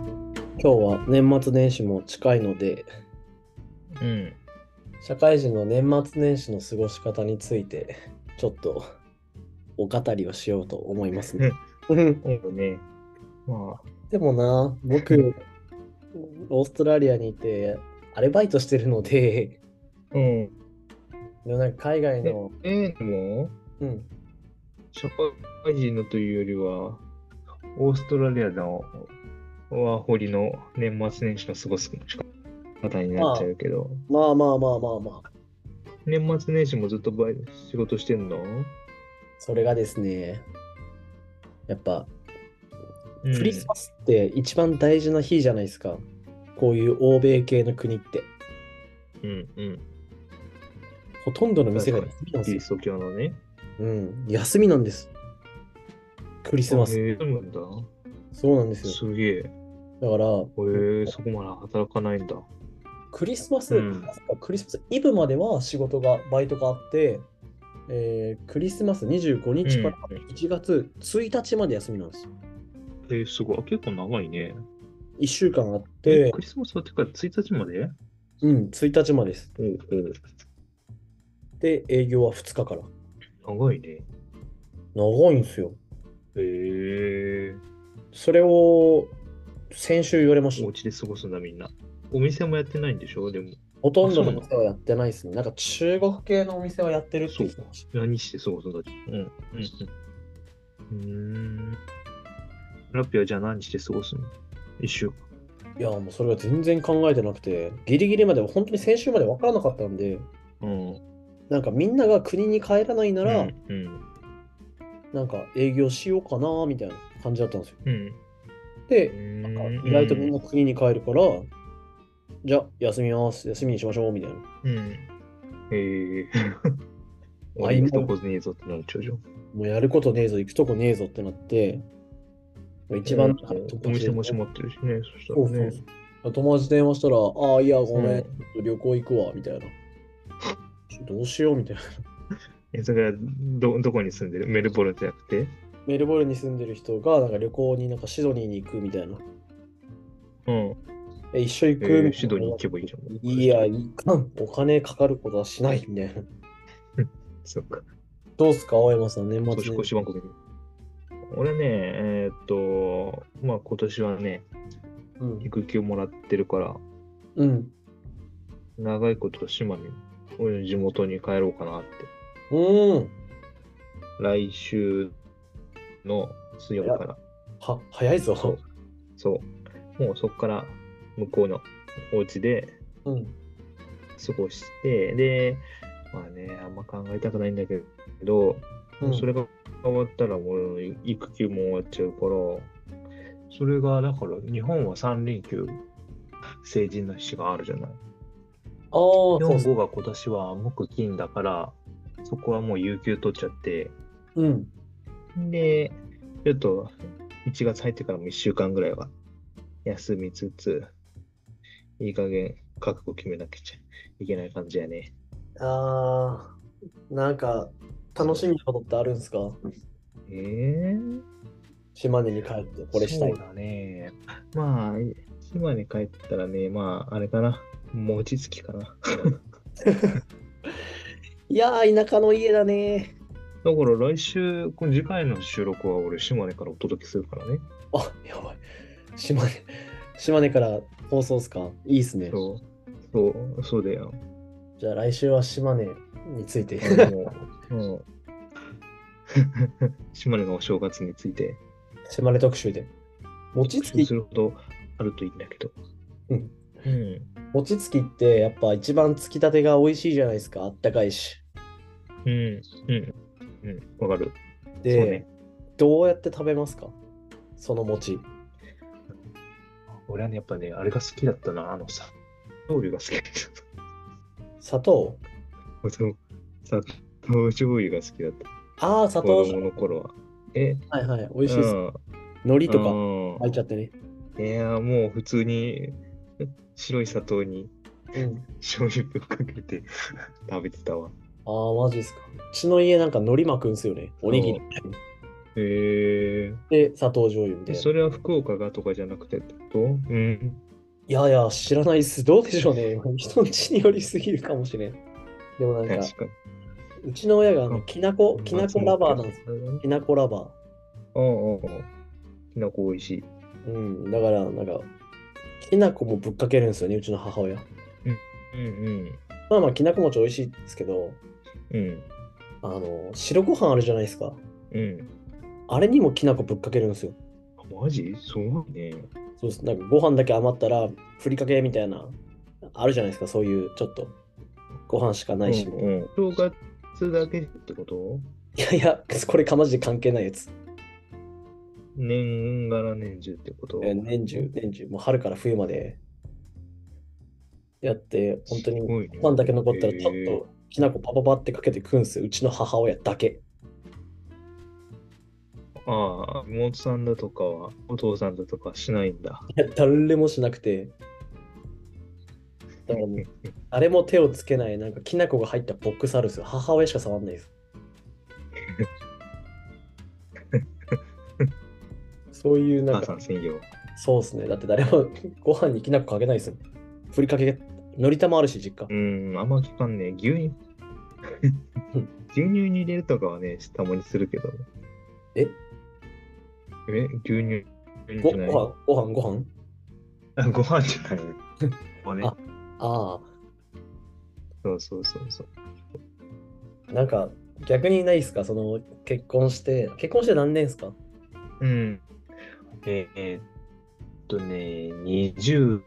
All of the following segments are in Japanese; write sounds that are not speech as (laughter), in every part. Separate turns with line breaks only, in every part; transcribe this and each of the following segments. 今日は年末年始も近いので、
うん。
社会人の年末年始の過ごし方について、ちょっとお語りをしようと思いますね。
そうだね。まあ、
(laughs) でもな、僕、オーストラリアにいて、アルバイトしてるので、
うん。
でもなんか海外の、
えー、でも、
うん、
社会人のというよりは、オーストラリアのワーホリの年末年始の過ごす方になっちゃうけど、
まあまあまあまあまあ、
年末年始もずっとバイ仕事してんの
それがですね、やっぱ
うん
クリスマスって一番大事な日じゃないですか。こういう欧米系の国って。
うんうん。
ほとんどの店が休
確
みなん
キ
で
リ
す
スト教のね。
よ。うん、休みなんです。クリスマス。
えー、そうなんだ。
そうなんですよ。
すげえ。え
だから、
ー、そこまで働かないんだ。
クリスマス、
うん
クリスマスイブまでは仕事が、バイトがあって、えークリスマス25日から
うん
1月1日まで休みなんですよ。
えー、すごい。あ結構長いね。
1週間あっ
えー
て
ク、リスマスはてか1日まで
うん、1日までです。
うん
で、営業は2日から。
うん。長いね。
長いんですよ。
へえ
それを先週言われまし
お
た。
家で過ごすんだみんな。お店もやってないんでしょでも、
ほとんどの店はやってないですね。なんか中国系のお店はやってるって言ってました。
何して過ごすんだって。うん。うん。うーん。ラピュはじゃあ何して過ごすの一週間。
いや、もうそれが全然考えてなくて、ギリギリまで、本当に先週まで分からなかったんで、
うん。
なんかみんなが国に帰らないなら、
うん。うん。
なんか営業しようかなみたいな感じだったんですよ。
うん
で、
うん
なんか意外とみんな国に帰るから、じゃあ休みます、休みにしましょうみたいな。
うん。へえ
あ
(laughs) 俺
今
行くとこねえぞってなる、頂上。
もうやることねえぞ、行くとこねえぞってなって、一番なんか友達
お店も閉まってるしね、そし
そ
た
う
ら
そう
ね。
そう友達電話したら、ああ、いや、ごめん、
うん
ちょっと旅行行くわ、みたいな。どうしようみたいな。
え、それからど、どこに住んでるメルボルンじゃなくて
メルボルンに住んでる人が、なんか旅行になんかシドニーに行くみたいな。
うん。
え、一緒行くみ
え
たいな、
ーシドニー行けばいいじゃん。
いや、いかん。お金かかることはしない、みたいな。 (laughs)
そっか。
どうすか、青山さん、年末
年
年
越し番組。俺ね、えーっと、まあ今年はね、
うん。
育休もらってるから、
うん。
長いこと島に、俺の地元に帰ろうかなって。
うん。
来週の水曜日かな。
は、早い
そう
ぞ。。 (laughs)
そう。もうそこから向こうのお家で
うん。
過ごして、で、まあね、あんま考えたくないんだけど、
うん
それが終わったらもう育休も終わっちゃうから、それがだから日本は3連休成人の日があるじゃない。
ああ、そう
4、
そう。
5が今年は木金だから、そこはもう有給取っちゃって、
うん。
で、ちょっと1月入ってからも1週間ぐらいは休みつつ、いい加減覚悟決めなきゃいけない感じやね。
ああ、なんか、楽しみなことってあるんですか
えー、
島根に帰って、これしたい
そう。だね。まあ、島に帰ったらね、まあ、あれかな。餅つきかな。だか
いやー、田舎の家だね。
ら来週、この次回の収録は俺、島根からお届けするからね。
あ、やばい。島根、島根から放送っすかいいっすね。
そう。そう、そうだよ。
じゃあ来週は島根について。 (laughs)
あ (laughs) のうん。島根のお正月について、
島根特集で。餅つき
す、るほどあるといいんだけど。
うん。
うん。
餅つきってやっぱ一番つきたてが美味しいじゃないですか。あったかいし。
うん。うん。うん。わかる。
で、
そうね
どうやって食べますかその餅。
俺はね、やっぱね、あれが好きだったな。あのさ、料理が好きだった。
砂糖
そう砂糖醤油が好きだった。
ああ、砂
子
糖。
供の頃は。え、
はいはい。美味しいです。
うん
海苔とか
う
入っ
ん
ちゃってね。
いやー、もう普通に白い砂糖に
うん、
醤油ぶっかけて (laughs) 食べてたわ。
ああ、マジですか。うちの家なんか海苔巻くんすよね。おにぎり。
へえ。
で、砂糖醤油みたい
で
な。
それは福岡がとかじゃなくてってことうん。
いやいや、知らないっす。どうでしょうね。人んちによりすぎるかもしれん。でもなんか、
確かに。
うちの親があ
う
の
ん
きなこ、きなこラバーなんです。
す
きなこラバ
ああ、ああきなこ美味しい。
ー。うん。だから、なんか、きなこもぶっかけるんですよね、うちの母親。
うん
まあまあ、きなこ餅美味しいですけど、
うん。うん。
あの、白ご飯あるじゃないですか。
うん。
あれにもきなこぶっかけるんですよ。
あマジすごいね。
そうです。なんかご飯だけ余ったら、ふりかけみたいな、あるじゃないですか、そういう、ちょっと、ご飯しかないしも。
うん
い
うん正月だけってこと
やいや、これかまじで関係ないやつ。
年がら年中ってこと
えー年中、年中、もう春から冬までやって、本当に
す
ご
ごいね
飯だけ残ったら、
へ
ち
ー
ょっときな粉パパパってかけて食うんすよ、うちの母親だけ。
ああ、妹さんだとかは、お父さんだとかはしないんだ。
いや (laughs) 誰もしなくて、だからもう誰も手をつけない、なんかきな粉が入ったボックスあるんですよ、母親しか触んない (laughs) です。そういうなん
母
か
さん専用。
そうですね。だって誰もご飯にきな粉かけないですよ。ふりかけ、のり玉あるし、実家
う。ん、あんま聞かんね。牛乳。 (laughs) 牛乳に入れるとかはね、たまにするけど。
え
え、牛乳入れ
ご
てない
ご飯、ご飯、ご飯。
あご飯じ
(laughs)
ゃない。おね
あ。あ
そうそうそうそう。
あ、なんか逆にないですかその結婚して、結婚して何年ですか
うん。えーえーっとね、20、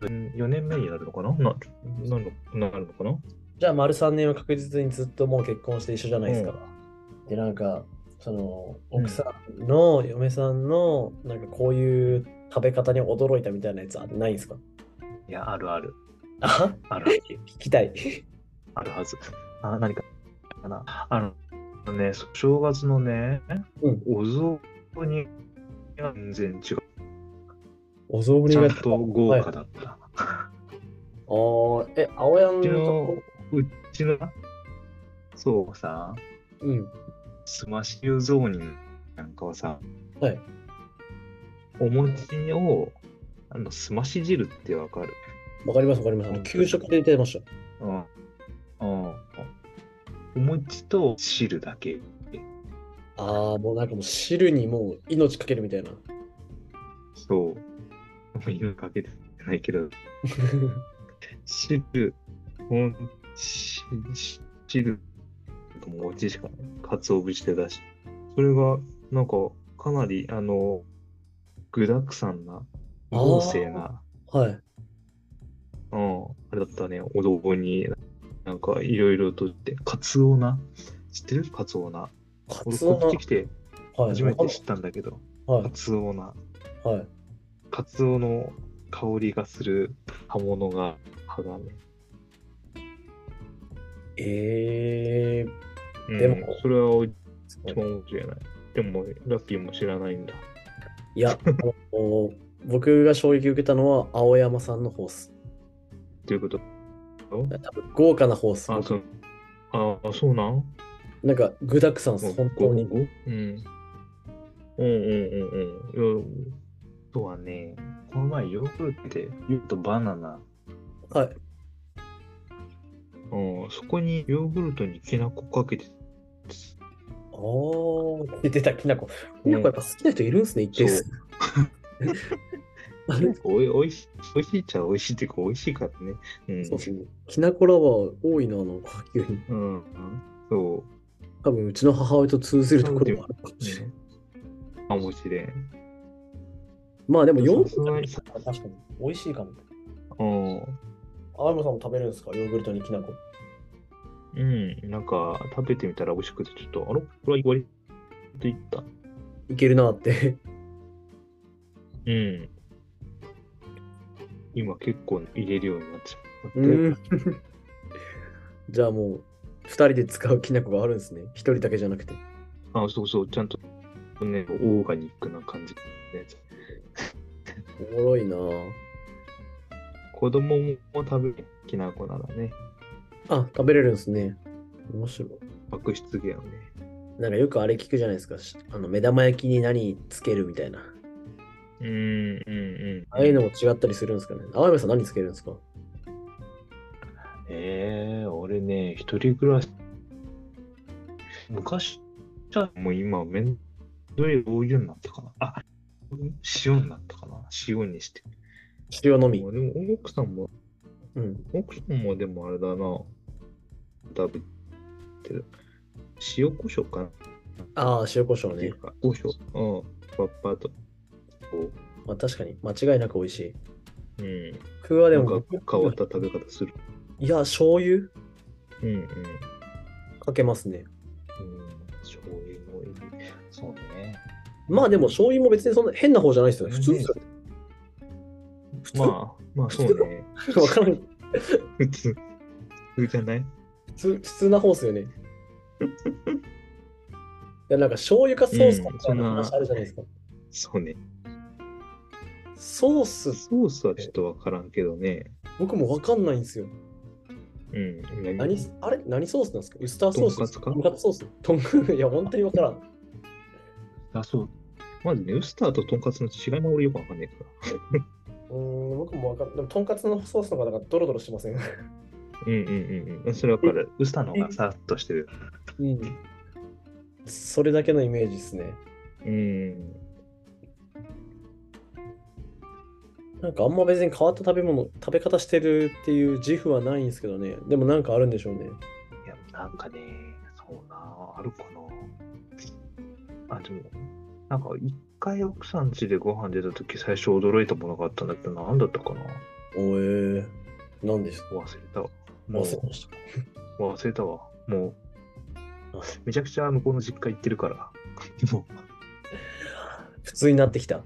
4年目になるのかなななるのなるのかな
じゃあ丸3年は確実にずっともう結婚して一緒じゃないですか。で、なんか、その
うん
奥さんの、嫁さんの、なんかこういう食べ方に驚いたみたいなやつはないんですか
いや、あるある。
あ
ある。
聞きたい。
あるはず。あ、何かかな。あのね、そ正月のね、
うん
お雑煮に全然違う。
お雑煮
ちゃ
が。
んと豪華だった。
ああ、え、青山
う
の
ち
と
の
こ、
うちの、そうさ、
うん。
すまし湯雑煮なんかはさ、
はい。
お餅を、あの、すまし汁ってわかる。
わかりますわかります。あの給食で出てました。
うん。うん。お餅と汁だけ。
ああ、もうなんかもう汁にもう命かけるみたいな。
そう。今かけてないけど、汁、ほん、し、し汁、もうちしかない。かつお節でだし。それが、なんか、かなり、あの、具だくさんな、
あー
豪勢な、
(laughs) はい。
うん、あれだったね、お道具に、なんか、いろいろとって、かつおな、知ってるかつおな。
カ
俺、
ツ
こ
オ
っ
の
ち来て、
はい
初めて知ったんだけど、
は
か
い。
つおな。
はい。
かつおの香りがする刃物が、歯がね。
えー、
うん
でも
それは一番面白いない。でも、ラッピーも知らないんだ。
いや、あの僕が衝撃を受けたのは青山さんのホース。
ということ
多分豪華なホース。
あ、そう。ああ、そうなん
なんか具沢山です、本当に。
うん。うんうんうんうん。いや、あとはね、この前ヨーグルトで、ヨーグルトバナナ。
はい。
うん、そこにヨーグルトにきな粉かけて、
あー、出てたきなこ。きなこやっぱ好きな人いるんですね、一定数。あれ
おいおいしおいしいっちゃおいしいっていうか、おいしいからね。うん。
そうですね。きなこラバー多いな、なんか急に。
うん。そう。
多分うちの母親と通ずるところもあるかもしれない。
ね、かもしれん。
まあでもヨーグル
さすがにさ
ト確かに美味しいかも。
うん。
青山さんも食べるんですか、ヨーグルトにきなこ。
うん、なんか食べてみたら美味しくて、ちょっと、あれこれは割といった。
いけるなって。
うん。今結構入れるようになっちゃった。
うん。 (laughs) じゃあもう、二人で使うきな粉があるんですね。一人だけじゃなくて。
あ、そうそう、ちゃんとね、オーガニックな感じのやつ。
おもろいな
子供も食べるきなこならね、
あ。あ、食べれるんですね。面白い。
悪質芸をね。
なんかよくあれ聞くじゃないですか。しあの目玉焼きに何つけるみたいな。
うんうんうん。
ああいうのも違ったりするんですかね。青山さん何つけるんですか
ええ俺ね、一人暮らし、昔はもう今、めんどいどういうになったかな。あ、塩になったかな。塩にして。
塩のみ
も。うでも、奥さんも、
うん。
奥さんもでもあれだな。食べてる。塩胡椒かな。
ああ、塩コショ
っ
ウ
てい
ね
う。か、胡椒。うん。パッパと。こ
まあ確かに、間違いなく美味しい。
う。うん。
僕はで
な
も
ん、か変わった食べ方する。
いや、醤油
うんうん。うん、
かけますね。
醤油もいい。そうね。
まあでも、醤油も別にそんな変な方じゃないですよね。普通ですよね。普通、
まあ、まあそうね。
(laughs) わからん普
普通。普通じゃない
通、普通な方ですよ
(laughs)
ね。いや、なんか醤油かソースかみたいな話あるじゃないですか。
そうね。
ソー
ソ
ス、
ースはちょっとわからんけどね。
僕もわかんないんですよ。
うん。
何、あれ何ソースなんですかウスターソースです
とんかつか
とんかつソースとんかいや、本当にわからん。
あ、そう。まずね、ウスターとトンカツの違いも俺よくわかんないか
うーん、僕もわかんない。でも、とんかつのソースの方がなんかドロドロしてません。
ら。うんうんうんうん。それわかる。ウスターの方がサーッとしてる。
うん。それだけのイメージですね。
うん。
なんかあんま別に変わった食べ物、食べ方してるっていう自負はないんですけどね。でもなんかあるんでしょうね。
いや、なんかね、そうな、あるかな。あ、でも、なんか一回奥さん家でご飯出たとき最初驚いたものがあったんだけど、なんだったかな
おえー、何ですか
忘れたわ。も
忘れ
う
ました。
忘れたわ。もう
あ、
めちゃくちゃ向こうの実家行ってるから。も
普通になってきた。